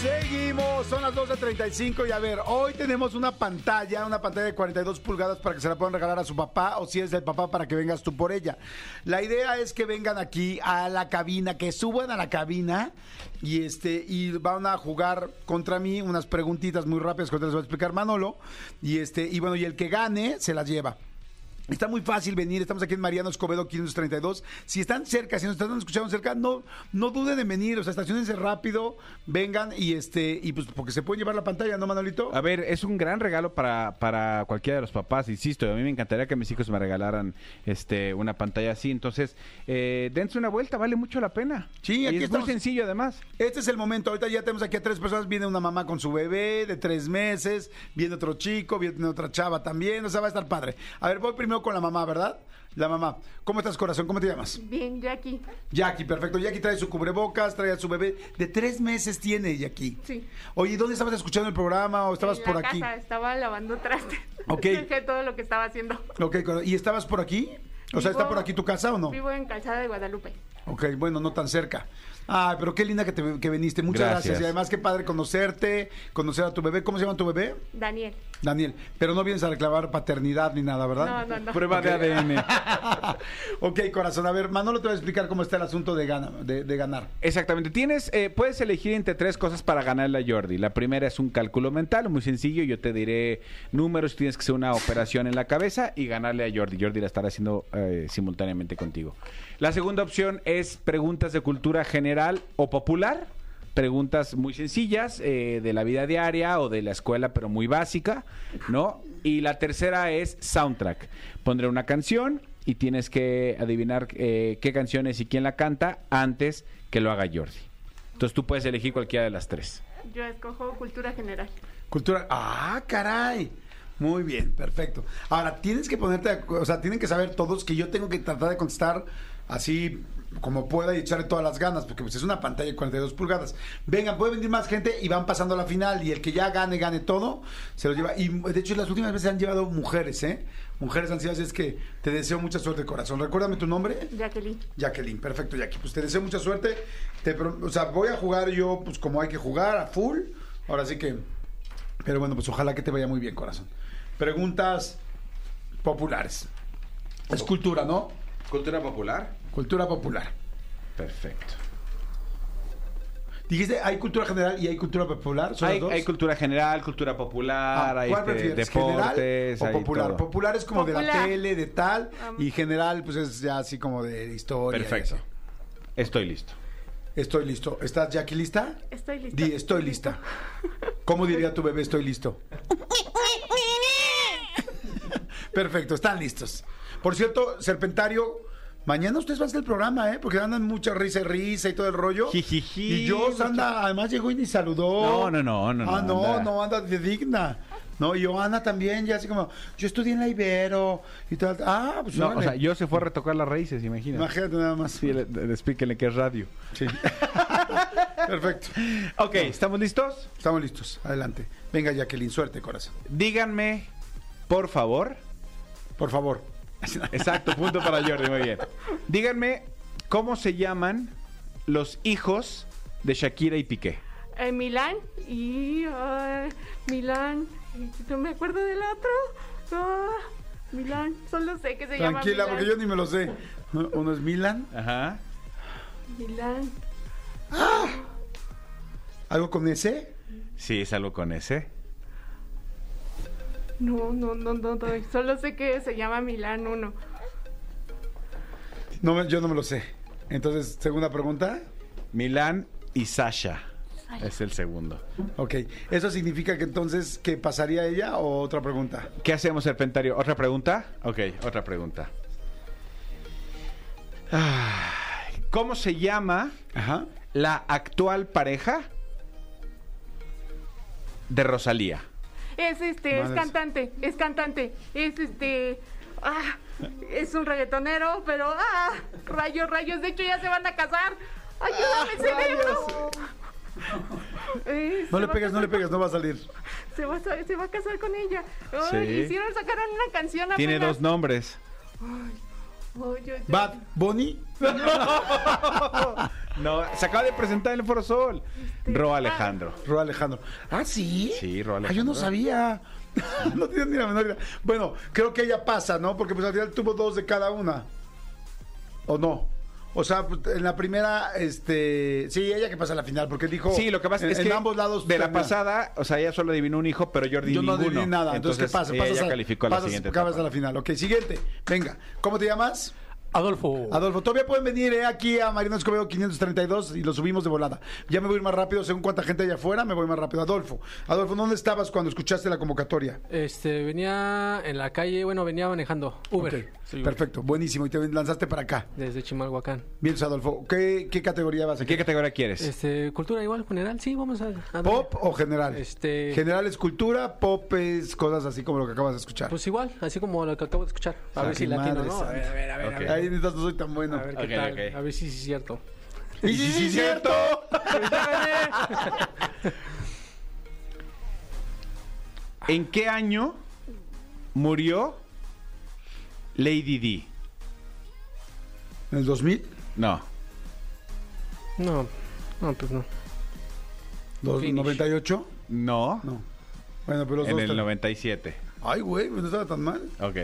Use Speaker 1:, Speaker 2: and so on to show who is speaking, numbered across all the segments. Speaker 1: Seguimos, son las 12.35 y a ver, hoy tenemos una pantalla, una pantalla de 42 pulgadas para que se la puedan regalar a su papá o si es del papá para que vengas tú por ella. La idea es que vengan aquí a la cabina, que suban a la cabina y este y van a jugar contra mí unas preguntitas muy rápidas que ahorita les va a explicar Manolo y este y bueno, y el que gane se las lleva. Está muy fácil venir, estamos aquí en Mariano Escobedo 532. Si están cerca, si nos están escuchando cerca, no, no duden en venir, o sea, estacionense rápido, vengan y este, y pues porque se pueden llevar la pantalla, ¿no, Manolito?
Speaker 2: A ver, es un gran regalo para, para cualquiera de los papás, insisto. A mí me encantaría que mis hijos me regalaran este una pantalla así. Entonces, eh, dense una vuelta, vale mucho la pena.
Speaker 1: Sí,
Speaker 2: Y
Speaker 1: aquí
Speaker 2: es
Speaker 1: estamos.
Speaker 2: muy sencillo además.
Speaker 1: Este es el momento, ahorita ya tenemos aquí a tres personas, viene una mamá con su bebé de tres meses, viene otro chico, viene otra chava también, o sea, va a estar padre. A ver, voy primero con la mamá, ¿verdad? La mamá. ¿Cómo estás, corazón? ¿Cómo te llamas?
Speaker 3: Bien, yo aquí.
Speaker 1: Jackie, perfecto. Jackie trae su cubrebocas, trae a su bebé. De tres meses tiene Jackie.
Speaker 3: Sí.
Speaker 1: Oye, ¿y ¿dónde estabas escuchando el programa o estabas
Speaker 3: en
Speaker 1: por
Speaker 3: la
Speaker 1: aquí?
Speaker 3: casa, estaba lavando trastes.
Speaker 1: Ok.
Speaker 3: Dejé todo lo que estaba haciendo.
Speaker 1: Ok, cor- ¿y estabas por aquí? O sea, ¿está
Speaker 3: Vivo-
Speaker 1: por aquí tu casa o no?
Speaker 3: Vivo en Calzada de Guadalupe.
Speaker 1: Ok, bueno, no tan cerca. Ah, pero qué linda que, te, que viniste. Muchas gracias.
Speaker 2: Gracias.
Speaker 1: Y además, qué padre conocerte, conocer a tu bebé. ¿Cómo se llama tu bebé?
Speaker 3: Daniel.
Speaker 1: Daniel. Pero no vienes a reclamar paternidad ni nada, ¿verdad?
Speaker 3: No, no, no.
Speaker 2: Prueba
Speaker 1: Ok.
Speaker 2: de ADN.
Speaker 1: ok, corazón. A ver, Manolo te va a explicar cómo está el asunto de, gana- de, de ganar.
Speaker 2: Exactamente. Tienes, eh, puedes elegir entre tres cosas para ganarle a Jordi. La primera es un cálculo mental, muy sencillo. Yo te diré números, tienes que hacer una operación en la cabeza y ganarle a Jordi. Jordi la estará haciendo eh, simultáneamente contigo. La segunda opción es preguntas de cultura general o popular. Preguntas muy sencillas eh, de la vida diaria o de la escuela, pero muy básica, ¿no? Y la tercera es soundtrack. Pondré una canción y tienes que adivinar eh, qué canciones y quién la canta antes que lo haga Jordi. Entonces tú puedes elegir cualquiera de las tres.
Speaker 3: Yo escojo cultura general.
Speaker 1: Cultura. Ah, caray. Muy bien, perfecto. Ahora, tienes que ponerte, de acu- o sea, tienen que saber todos que yo tengo que tratar de contestar así como pueda y echarle todas las ganas, porque pues, es una pantalla de 42 pulgadas. Vengan, puede venir más gente y van pasando a la final y el que ya gane, gane todo, se lo lleva. Y de hecho, las últimas veces han llevado mujeres, ¿eh? Mujeres han sido así, es que te deseo mucha suerte, corazón. Recuérdame tu nombre.
Speaker 3: Jacqueline.
Speaker 1: Jacqueline, perfecto, Jackie. Pues te deseo mucha suerte. Te pro- o sea, voy a jugar yo, pues como hay que jugar, a full. Ahora sí que. Pero bueno, pues ojalá que te vaya muy bien, corazón. Preguntas populares. Es cultura, ¿no?
Speaker 2: ¿Cultura popular?
Speaker 1: Cultura popular.
Speaker 2: Perfecto.
Speaker 1: Dijiste, hay cultura general y hay cultura popular. ¿Son
Speaker 2: Hay,
Speaker 1: las dos?
Speaker 2: hay cultura general, cultura popular,
Speaker 1: Ah,
Speaker 2: hay
Speaker 1: ¿Cuál
Speaker 2: este,
Speaker 1: prefieres?
Speaker 2: deportes,
Speaker 1: ¿General o
Speaker 2: hay
Speaker 1: popular?
Speaker 2: todo.
Speaker 1: Popular es como de la
Speaker 3: Popular.
Speaker 1: tele, de tal.
Speaker 3: Am-
Speaker 1: Y general, pues es ya así como de historia. y
Speaker 2: Perfecto.
Speaker 1: así.
Speaker 2: Estoy listo.
Speaker 1: Estoy listo. ¿Estás, Jackie, lista?
Speaker 3: Estoy lista.
Speaker 1: Di, estoy lista. ¿Cómo diría tu bebé, estoy listo? Perfecto, están listos. Por cierto, Serpentario, mañana ustedes van a hacer el programa, ¿eh? Porque andan mucha risa y risa y todo el rollo.
Speaker 2: Jijiji.
Speaker 1: Y yo anda, además llegó y ni saludó.
Speaker 2: No, no, no, no,
Speaker 1: Ah,
Speaker 2: no,
Speaker 1: no,
Speaker 2: anda.
Speaker 1: no, anda de digna. No, y Joana también, ya así como, yo estudié en la Ibero y tal. Ah, pues
Speaker 2: No, o
Speaker 1: órale.
Speaker 2: sea, yo se fue a retocar las raíces, imagina.
Speaker 1: Imagínate nada más.
Speaker 2: Sí, le- le- explíquenle que es radio.
Speaker 1: Sí. Perfecto.
Speaker 2: Ok, ¿estamos listos?
Speaker 1: Estamos listos. Adelante. Venga, Jacqueline, suerte, corazón.
Speaker 2: Díganme, por favor.
Speaker 1: Por favor.
Speaker 2: Exacto, punto para Jordi, muy bien. Díganme, ¿cómo se llaman los hijos de Shakira y Piqué?
Speaker 3: Eh, Milán. Y. ah, Milán. No me acuerdo del otro. Ah, Milán. Solo sé que se llama.
Speaker 1: Tranquila,
Speaker 3: Milán.
Speaker 1: porque yo ni me lo sé. Uno es Milan,
Speaker 2: Ajá.
Speaker 3: Milán.
Speaker 1: algo con ese.
Speaker 2: Sí, es algo con ese.
Speaker 3: No, no, no, no, no. Solo sé que se llama Milán 1.
Speaker 1: No, me- yo no me lo sé. Entonces, segunda pregunta.
Speaker 2: Milán y Sasha. Es el segundo.
Speaker 1: Ok. ¿Eso significa que entonces que pasaría ella o otra pregunta?
Speaker 2: ¿Qué hacemos, Serpentario? ¿Otra pregunta? Ok, otra pregunta. Ay, ¿Cómo se llama
Speaker 1: Ajá.
Speaker 2: la actual pareja de Rosalía?
Speaker 3: Es este,
Speaker 1: Madres.
Speaker 3: es cantante, es cantante, es este, ah, es un reggaetonero, pero ah, rayos, rayos, de hecho ya se van a casar. Ayúdame, cerebro. Eh,
Speaker 1: No
Speaker 3: se
Speaker 1: le
Speaker 3: va a
Speaker 1: pegues, no le
Speaker 3: casar
Speaker 1: pegues, no va a salir.
Speaker 3: con- Se va, a sa- se va a casar con ella. Ay,
Speaker 2: Sí.
Speaker 3: Hicieron, sacaron una canción
Speaker 2: Tiene
Speaker 3: apenas.
Speaker 2: dos nombres.
Speaker 3: Ay, yo- yo-
Speaker 1: Bad Bunny.
Speaker 2: No, se acaba de presentar en el Foro Sol. Ro Alejandro.
Speaker 1: Ro Alejandro. Ah, sí.
Speaker 2: Sí, Ro
Speaker 1: Ah, yo no
Speaker 2: Alejandro.
Speaker 1: sabía. no tienes ni la menor idea. Bueno, creo que ella pasa, ¿no? Porque pues al final tuvo dos de cada una. ¿O no? O sea, pues, en la primera, este. Sí, ella que pasa a la final, porque dijo.
Speaker 2: Sí, lo que pasa
Speaker 1: en,
Speaker 2: es
Speaker 1: en
Speaker 2: que
Speaker 1: ambos lados.
Speaker 2: de la
Speaker 1: termina.
Speaker 2: pasada, o sea, ella solo adivinó un hijo, pero Jordi
Speaker 1: Yo no
Speaker 2: ninguno. eh,
Speaker 1: adiviné nada. Entonces, ¿qué pasa?
Speaker 2: ella
Speaker 1: Pasas
Speaker 2: ya
Speaker 1: a-
Speaker 2: calificó a la
Speaker 1: pasas-
Speaker 2: siguiente
Speaker 1: acabas
Speaker 2: etapa.
Speaker 1: a la final. Ok, siguiente. Venga. ¿Cómo te llamas?
Speaker 4: Adolfo.
Speaker 1: Adolfo, todavía pueden venir eh, aquí a Mariano Escobedo 532 y lo subimos de volada. Ya me voy a ir más rápido, según cuánta gente hay afuera, me voy más rápido. Adolfo, Adolfo, ¿dónde estabas cuando escuchaste la convocatoria?
Speaker 4: Este, venía en la calle, bueno, venía manejando Uber. Soy Uber,
Speaker 1: Perfecto, buenísimo. Y te lanzaste para acá.
Speaker 4: Desde Chimalhuacán.
Speaker 1: Bien, pues, Adolfo, ¿qué, qué categoría vas a
Speaker 2: ¿En qué categoría quieres?
Speaker 4: Este, cultura igual, general, sí, vamos a... a darle.
Speaker 1: ¿Pop o general?
Speaker 4: Este-
Speaker 1: General es cultura, pop es cosas así como lo que acabas de escuchar.
Speaker 4: Pues igual, así como lo que acabo de escuchar.
Speaker 1: Ah,
Speaker 4: A ver
Speaker 1: qué
Speaker 4: si latino,
Speaker 1: madre
Speaker 4: ¿no? A ver, a ver, a ver,
Speaker 2: Ok.
Speaker 4: a ver.
Speaker 1: Ahí necesitas, no soy tan bueno.
Speaker 4: A ver qué
Speaker 2: Ok,
Speaker 4: tal,
Speaker 2: ok.
Speaker 4: a ver si sí es cierto.
Speaker 1: Y sí, sí, es cierto.
Speaker 2: ¿En qué año murió Lady D?
Speaker 1: ¿En el 2000?
Speaker 2: No.
Speaker 4: No, no, pues no.
Speaker 1: Dos-
Speaker 4: Finish.
Speaker 1: ¿98?
Speaker 2: No.
Speaker 1: No. Bueno, pero los
Speaker 2: en
Speaker 1: dos.
Speaker 2: el
Speaker 1: te-
Speaker 2: 97.
Speaker 1: Ay, güey, pues no estaba tan mal.
Speaker 2: Ok.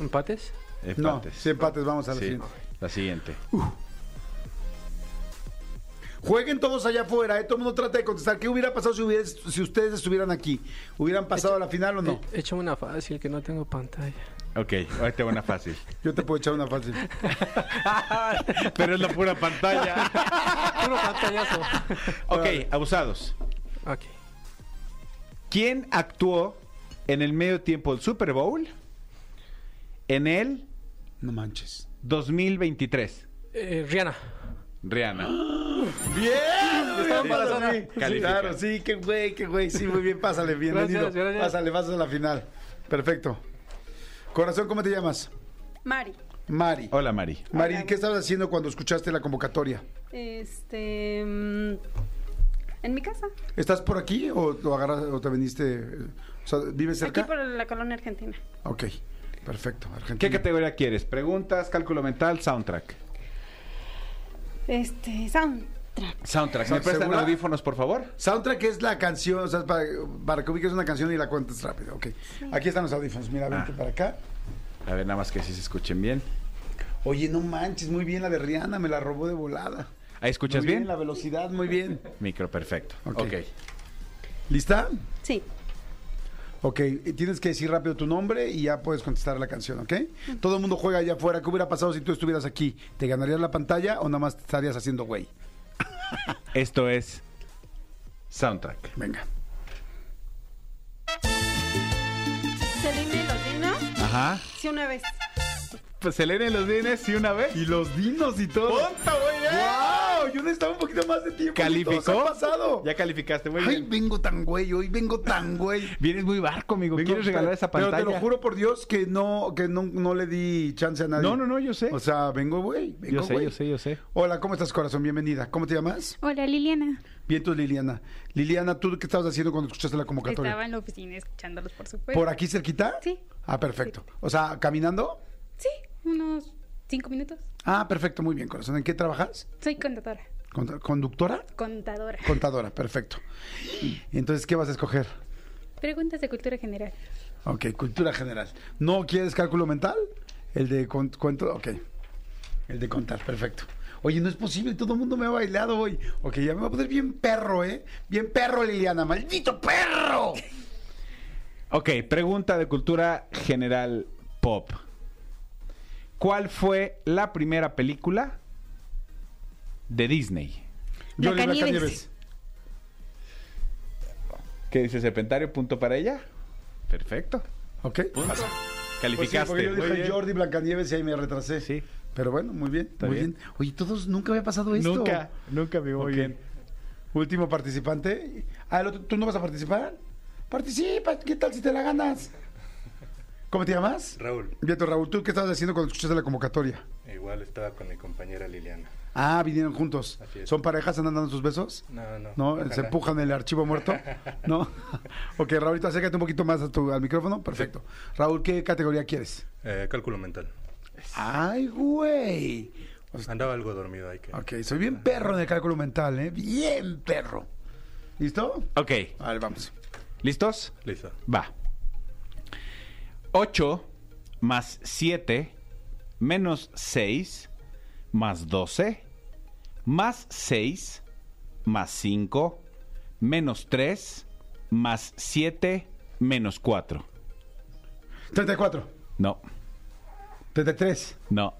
Speaker 4: ¿Empates?
Speaker 2: Empates.
Speaker 1: No, sí, empates, vamos a la
Speaker 2: Sí,
Speaker 1: siguiente.
Speaker 2: la siguiente.
Speaker 1: Jueguen todos allá afuera, ¿eh? todo el mundo trata de contestar. ¿Qué hubiera pasado si, hubieras- si ustedes estuvieran aquí? ¿Hubieran pasado a la final o no?
Speaker 4: Eh, échame una fácil, que no tengo pantalla.
Speaker 2: Ok, ahorita tengo una fácil.
Speaker 1: Yo te puedo echar una fácil.
Speaker 2: Pero es la pura pantalla.
Speaker 4: Puro pantallazo.
Speaker 2: Ok, abusados.
Speaker 4: ok.
Speaker 2: ¿Quién actuó en el medio tiempo del Super Bowl en el
Speaker 1: No manches.
Speaker 2: 2023?
Speaker 4: Eh, Rihanna.
Speaker 2: Rihanna.
Speaker 1: ¡Bien! bien,
Speaker 4: embarazada.
Speaker 1: para ti. Sí,
Speaker 2: Califica.
Speaker 1: claro, sí, qué güey, qué güey. Sí, muy bien, pásale, bienvenido.
Speaker 4: Gracias, gracias.
Speaker 1: Pásale, pásale a la final. Perfecto. Corazón, ¿cómo te llamas?
Speaker 5: Mari,
Speaker 1: Mari.
Speaker 2: Hola, Mari.
Speaker 1: Mari, ¿qué estabas haciendo cuando escuchaste la convocatoria?
Speaker 5: este. mm, En mi casa,
Speaker 1: ¿Estás por aquí o, o agarras- o te viniste? eh, O sea, ¿vives cerca?
Speaker 5: aquí por la colonia argentina.
Speaker 1: Ok, perfecto. Argentina.
Speaker 2: ¿Qué categoría quieres? Preguntas, cálculo mental, soundtrack.
Speaker 5: Este, soundtrack.
Speaker 2: Soundtrack. ¿Me prestan
Speaker 1: ¿Segura?
Speaker 2: audífonos, por favor?
Speaker 1: Soundtrack es la canción, o sea, para, para que ubiques una canción y la cuentes rápido, ok. Aquí están los audífonos, mira, vente
Speaker 2: Ah.
Speaker 1: para acá.
Speaker 2: A ver, nada más que si se escuchen bien.
Speaker 1: Oye, no manches, muy bien la de Rihanna, me la robó de volada.
Speaker 2: ¿Ahí escuchas
Speaker 1: Muy
Speaker 2: bien?
Speaker 1: La velocidad, muy bien.
Speaker 2: Micro, perfecto.
Speaker 1: Ok.
Speaker 2: ok.
Speaker 1: ¿Lista?
Speaker 5: Sí.
Speaker 1: Ok, y tienes que decir rápido tu nombre y ya puedes contestar la canción, ¿ok? Todo el mundo juega allá afuera. ¿Qué hubiera pasado si tú estuvieras aquí? ¿Te ganarías la pantalla o nada más te estarías haciendo güey?
Speaker 2: Esto es Soundtrack.
Speaker 1: Venga.
Speaker 5: Celine los dinos,
Speaker 2: Ajá.
Speaker 5: sí, una vez.
Speaker 2: Pues Selena y los Dines y una vez.
Speaker 1: Y los dinos y todo. ¡Wow! Yo necesitaba un poquito más de tiempo.
Speaker 2: ¿Calificó?
Speaker 1: ¿Qué ha pasado?
Speaker 2: Ya calificaste, muy
Speaker 1: Ay,
Speaker 2: bien.
Speaker 1: vengo tan güey, hoy vengo tan güey.
Speaker 2: Vienes muy barco, amigo.
Speaker 1: Vengo-
Speaker 2: ¿Quieres regalar esa pantalla?
Speaker 1: Pero te lo juro por Dios que no, que no, no le di chance a nadie.
Speaker 2: No, no, no, yo sé.
Speaker 1: O sea, vengo güey, vengo
Speaker 2: yo sé,
Speaker 1: güey.
Speaker 2: yo sé, yo sé.
Speaker 1: Hola, ¿cómo estás, corazón? Bienvenida. ¿Cómo te llamas?
Speaker 6: Hola Liliana.
Speaker 1: Bien, tú, Liliana. Liliana, ¿tú qué estabas haciendo cuando escuchaste la convocatoria?
Speaker 6: Estaba en la oficina escuchándolos, por supuesto.
Speaker 1: ¿Por aquí cerquita?
Speaker 6: Sí.
Speaker 1: Ah, perfecto. O sea, ¿caminando?
Speaker 6: Sí, unos cinco minutos.
Speaker 1: Ah, perfecto, muy bien, corazón. ¿En qué trabajas?
Speaker 6: Soy contadora.
Speaker 1: ¿Cont- ¿Conductora?
Speaker 6: Contadora.
Speaker 1: Contadora, perfecto. Entonces, ¿qué vas a escoger?
Speaker 6: Preguntas de cultura general.
Speaker 1: Ok, cultura general. ¿No quieres cálculo mental? El de con- cuento, ok. El de contar, perfecto. Oye, no es posible, todo el mundo me ha bailado hoy. Ok, ya me va a poner bien perro, ¿eh? Bien perro, Liliana, maldito perro.
Speaker 2: Ok, pregunta de cultura general pop. ¿Cuál fue la primera película de Disney?
Speaker 6: Blancanieves.
Speaker 2: ¿Qué dice Serpentario? ¿Punto para ella? Perfecto.
Speaker 1: Ok. Pasa. Pues sí,
Speaker 2: Calificaste.
Speaker 1: porque yo
Speaker 2: Muy
Speaker 1: dije
Speaker 2: bien.
Speaker 1: Jordi Blancanieves y ahí me retrasé.
Speaker 2: Sí.
Speaker 1: Pero bueno, muy bien, muy bien.
Speaker 2: bien.
Speaker 1: Oye, todos nunca había pasado esto.
Speaker 2: Nunca, nunca me voy
Speaker 1: Ok.
Speaker 2: bien.
Speaker 1: Último participante. Ah, el otro, ¿tú no vas a participar? Participa, ¿qué tal si te la ganas? ¿Cómo te llamas?
Speaker 7: Raúl,
Speaker 1: Vieto Raúl, ¿tú qué estabas haciendo cuando escuchaste la convocatoria?
Speaker 7: igual estaba con mi compañera Liliana.
Speaker 1: Ah, vinieron juntos. ¿Son parejas andan dando sus besos?
Speaker 7: No, no.
Speaker 1: ¿No?
Speaker 7: Ojalá.
Speaker 1: ¿Se empujan el archivo muerto? ¿No? ok, Raúlito, acércate un poquito más a tu- al micrófono. Perfecto. Raúl, ¿qué categoría quieres?
Speaker 7: Eh, cálculo mental.
Speaker 1: ¡Ay, güey!
Speaker 7: Andaba algo dormido, hay que.
Speaker 1: Ok, soy bien perro en el cálculo mental, ¿eh? Bien perro. ¿Listo?
Speaker 2: Ok,
Speaker 1: A ver, vamos.
Speaker 2: ¿listos?
Speaker 7: Listo.
Speaker 2: Va. 8 más 7 menos 6 más 12 más 6 más 5 menos 3 más 7 menos 4.
Speaker 1: 34,
Speaker 2: No,
Speaker 1: 33,
Speaker 2: no,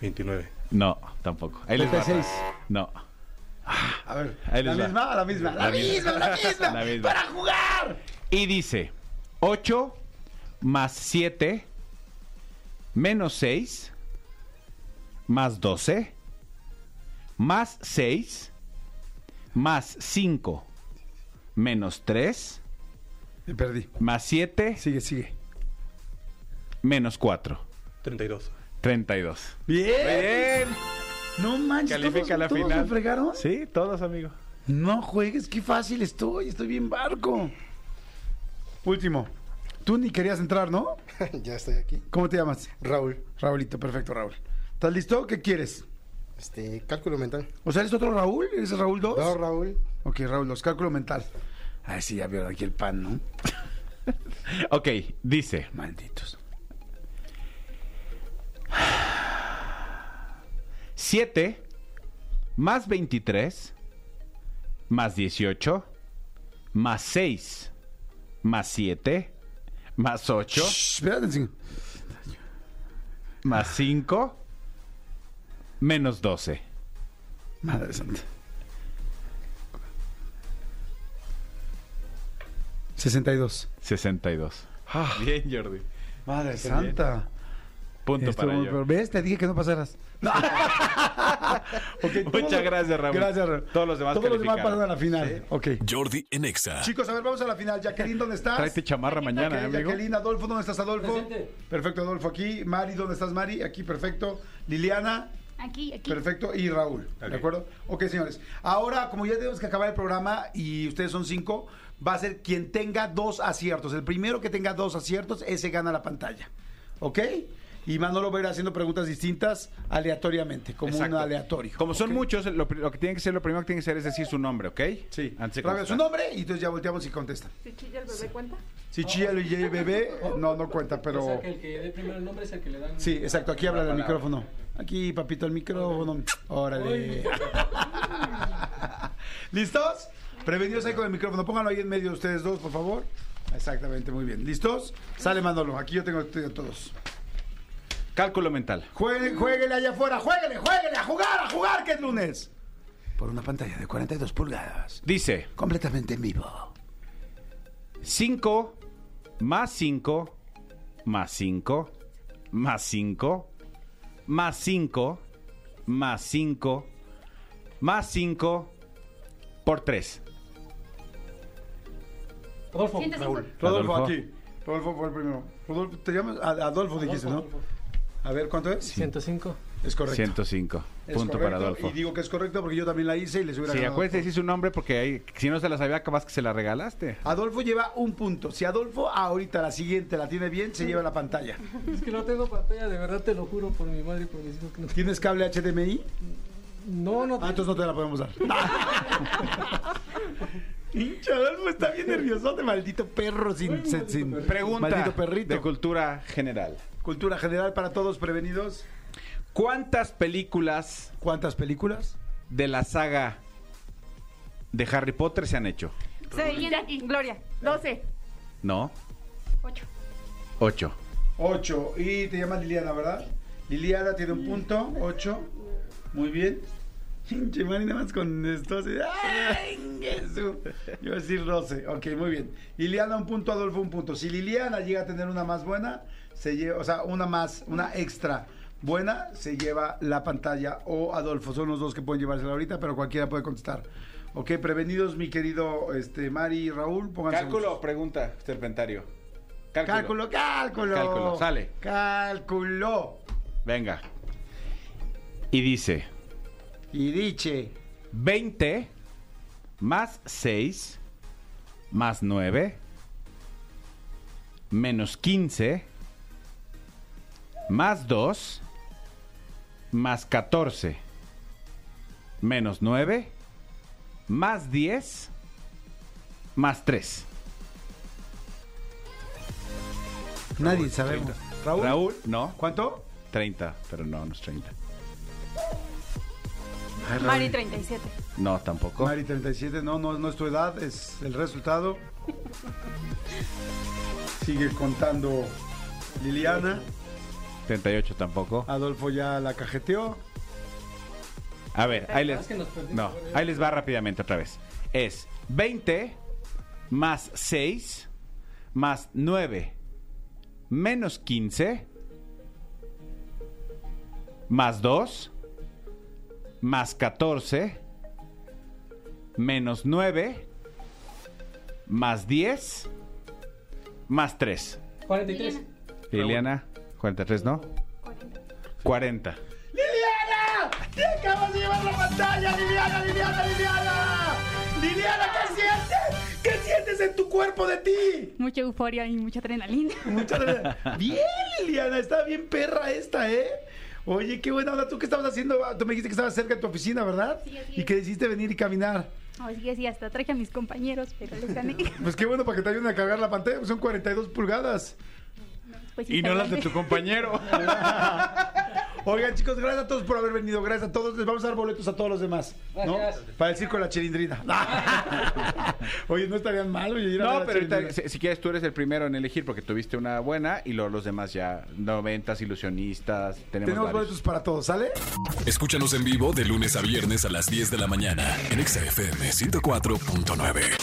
Speaker 7: 29.
Speaker 2: no, tampoco. Ahí les va.
Speaker 1: 36.
Speaker 2: No.
Speaker 1: A ver,
Speaker 2: Ahí
Speaker 1: ¿la
Speaker 2: les va.
Speaker 1: misma, la misma, la,
Speaker 2: La
Speaker 1: misma,
Speaker 2: misma.
Speaker 1: la misma,
Speaker 2: La misma.
Speaker 1: para jugar.
Speaker 2: Y dice 8 más 7 menos 6 más 12 más 6 más 5 menos 3
Speaker 1: Me perdí.
Speaker 2: más 7
Speaker 1: Sigue, sigue.
Speaker 2: menos 4.
Speaker 7: 32.
Speaker 2: 32.
Speaker 1: Bien. No manches,
Speaker 2: Califica
Speaker 1: ¿todos,
Speaker 2: la
Speaker 1: todos
Speaker 2: final.
Speaker 1: me fregaron?
Speaker 2: Sí, todos, amigos.
Speaker 1: No juegues, qué fácil estoy, estoy bien barco. Último. Tú ni querías entrar, ¿no?
Speaker 8: ya estoy aquí.
Speaker 1: ¿Cómo te llamas?
Speaker 8: Raúl,
Speaker 1: Raulito, perfecto, Raúl. ¿Estás listo? ¿Qué quieres?
Speaker 8: este, cálculo mental.
Speaker 1: ¿O sea, eres otro Raúl? ¿Eres el Raúl 2?
Speaker 8: No, Raúl.
Speaker 1: Ok, Raúl 2, cálculo mental. Ay, sí, ya vieron aquí el pan, ¿no?
Speaker 2: Ok, dice
Speaker 1: Malditos.
Speaker 2: 7 más 23 más 18 más 6 más 7 más 8
Speaker 1: Shh, espérate, sí.
Speaker 2: más 5 menos 12.
Speaker 1: Madre santa. 62.
Speaker 2: 62. Bien, Jordi.
Speaker 1: Madre santa.
Speaker 2: Punto
Speaker 1: Estuvo
Speaker 2: para
Speaker 1: muy peor.
Speaker 2: Jordi.
Speaker 1: ¿Ves? Te dije que no pasaras. No. Ok, todos
Speaker 2: Muchas
Speaker 1: los-
Speaker 2: gracias, Raúl.
Speaker 1: Gracias, Raúl.
Speaker 2: Todos los demás
Speaker 1: Todos los demás
Speaker 2: calificaron.
Speaker 1: pasaron a la final. Ok.
Speaker 9: Jordi en Exa.
Speaker 1: Chicos, a ver, vamos a la final. Jacqueline, ¿dónde estás?
Speaker 2: Tráete chamarra mañana,
Speaker 1: Ok,
Speaker 2: eh, amigo.
Speaker 1: Jacqueline, Adolfo, ¿dónde estás, Adolfo?
Speaker 4: Presente.
Speaker 1: Perfecto, Adolfo, aquí. Mari, ¿dónde estás, Mari? Aquí, perfecto. Liliana,
Speaker 6: Aquí, aquí.
Speaker 1: perfecto. Y Raúl,
Speaker 7: Ok.
Speaker 1: ¿de acuerdo? Ok, señores. Ahora, como ya tenemos que acabar el programa y ustedes son cinco, va a ser quien tenga dos aciertos. El primero que tenga dos aciertos, ese gana la pantalla. ¿Ok? Y Manolo va a ir haciendo preguntas distintas aleatoriamente, como
Speaker 2: Exacto.
Speaker 1: un aleatorio.
Speaker 2: Como son
Speaker 1: ¿ok?
Speaker 2: muchos, lo, pri- lo que tiene que ser, lo primero que tiene que ser es decir su nombre, ¿ok?
Speaker 1: Sí,
Speaker 2: Antes
Speaker 1: Rápido, su
Speaker 2: de contestar.
Speaker 1: nombre y entonces ya volteamos y contestan.
Speaker 3: Si chilla el bebé cuenta.
Speaker 1: Si chilla el DJ bebé, eh, no, no cuenta,
Speaker 4: O
Speaker 1: pero...
Speaker 4: sea, que el que dé primero el nombre es el que le dan.
Speaker 1: Sí, exacto, aquí habla del micrófono. Aquí, papito, el micrófono. Órale. ¿Listos? Prevenidos ahí con el micrófono. Pónganlo ahí en medio de ustedes dos, por favor. Exactamente, muy bien. ¿Listos? Sale Manolo. Aquí yo tengo a todos.
Speaker 2: Cálculo mental.
Speaker 1: Jueguen, jueguenle allá afuera. Jueguenle, jueguenle. A jugar, a jugar, que es lunes. Por una pantalla de 42 pulgadas.
Speaker 2: Dice
Speaker 1: Completamente en vivo.
Speaker 2: 5 más 5 más 5 más 5 más 5 más 5 más 5 por 3.
Speaker 4: Adolfo.
Speaker 6: Raúl.
Speaker 1: Rodolfo,
Speaker 2: Adolfo.
Speaker 1: aquí. Rodolfo fue el primero. Rodolfo, te llamas Ad- Adolfo, dijiste, ¿no?
Speaker 4: Adolfo.
Speaker 1: A ver, ¿cuánto es?
Speaker 4: 105.
Speaker 1: Es correcto.
Speaker 2: 105.
Speaker 1: Es
Speaker 2: Punto para
Speaker 1: correcto,
Speaker 2: Adolfo.
Speaker 1: Y digo que es correcto porque yo también la hice y les hubiera
Speaker 2: Sí,
Speaker 1: ganado.
Speaker 2: acuérdate de decir su nombre porque ahí, si no se la sabía, acabas que se la regalaste.
Speaker 1: Adolfo lleva un punto. Si Adolfo ahorita la siguiente la tiene bien, se lleva la pantalla.
Speaker 4: Es que no tengo pantalla, de verdad te lo juro por mi madre y por mis hijos que no tengo.
Speaker 1: ¿Tienes cable HDMI?
Speaker 4: No, no
Speaker 1: Ah,
Speaker 4: tengo.
Speaker 1: entonces no te la podemos dar. Hincha Adolfo está bien nervioso de maldito perro sin, sin- sin-
Speaker 2: Pregunta
Speaker 1: Maldito perrito.
Speaker 2: de cultura general.
Speaker 1: Cultura general para todos prevenidos.
Speaker 2: ¿Cuántas películas
Speaker 1: ¿Cuántas películas?
Speaker 2: de la saga de Harry Potter se han hecho?
Speaker 3: Seis, Jackie, Gloria. 12.
Speaker 2: No. Ocho. Ocho.
Speaker 1: Ocho. Y te llamas Liliana, ¿verdad? Liliana tiene un punto. Ocho. Muy bien. Pinche Mari, nada más con esto así. ¡Ay, Jesús! Yo iba a decir 12. Ok, muy bien. Liliana un punto, Adolfo un punto. Si Liliana llega a tener una más buena, se lleva, o sea, una más, una extra buena, se lleva la pantalla o Adolfo. Son los dos que pueden llevársela ahorita, pero cualquiera puede contestar. Ok, prevenidos, mi querido este, Mari y Raúl, pónganse.
Speaker 2: Cálculo, pregunta, serpentario.
Speaker 1: Cálculo, cálculo.
Speaker 2: Cálculo, sale.
Speaker 1: Cálculo.
Speaker 2: Venga. Y dice:
Speaker 1: Y diche.
Speaker 2: 20 más 6 más 9 menos 15 más 2 más 14 menos 9 más 10 más 3.
Speaker 1: Nadie sabemos. Raúl.
Speaker 2: Raúl, no.
Speaker 1: ¿Cuánto?
Speaker 2: 30, pero no, no es 30.
Speaker 5: Mari 37.
Speaker 2: No, tampoco.
Speaker 1: Mari 37, no, no, no es tu edad, es el resultado. Sigue contando Liliana.
Speaker 2: 38 tampoco.
Speaker 1: Adolfo ya la cajeteó.
Speaker 2: A ver, ahí les, no, ahí les va rápidamente otra vez. Es 20 más 6 más 9 menos 15 más 2 más 14 menos 9 más 10 más 3.
Speaker 4: 43.
Speaker 2: Liliana, 43, ¿no? 40.
Speaker 1: ¡Liliana! ¡Te acabas de llevar la pantalla! ¡Liliana, Liliana, Liliana! ¡Liliana, ¿qué sientes? ¿Qué sientes en tu cuerpo de ti?
Speaker 6: Mucha euforia y mucha adrenalina.
Speaker 1: Muchas gracias. Bien, Liliana, está bien perra esta, ¿eh? Oye, qué buena onda. ¿Tú qué estabas haciendo? Ah, Tú me dijiste que estabas cerca de tu oficina, ¿verdad?
Speaker 6: Sí, así
Speaker 1: Y
Speaker 6: es.
Speaker 1: que decidiste venir y caminar.
Speaker 6: Así que sí, hasta traje a mis compañeros, pero les gané.
Speaker 1: Pues qué bueno para que te ayuden a cargar la pantalla, pues son 42 pulgadas.
Speaker 6: Pues sí,
Speaker 2: Y no
Speaker 6: está
Speaker 2: las de
Speaker 6: grande.
Speaker 2: tu compañero.
Speaker 1: Oigan, chicos, gracias a todos por haber venido. Gracias a todos. Les vamos a dar boletos a todos los demás. ¿no? Para el circo de la chilindrina. oye, no estarían mal, oye. ir a ver
Speaker 2: No,
Speaker 1: la
Speaker 2: pero ahorita,
Speaker 1: Chilindrina.
Speaker 2: si, si quieres, tú eres el primero en elegir porque tuviste una buena y luego los demás ya, noventas, ilusionistas, tenemos,
Speaker 1: Tenemos
Speaker 2: varios.
Speaker 1: boletos para todos, ¿sale?
Speaker 9: Escúchanos en vivo de lunes a viernes a las 10 de la mañana en Exa FM 104.9.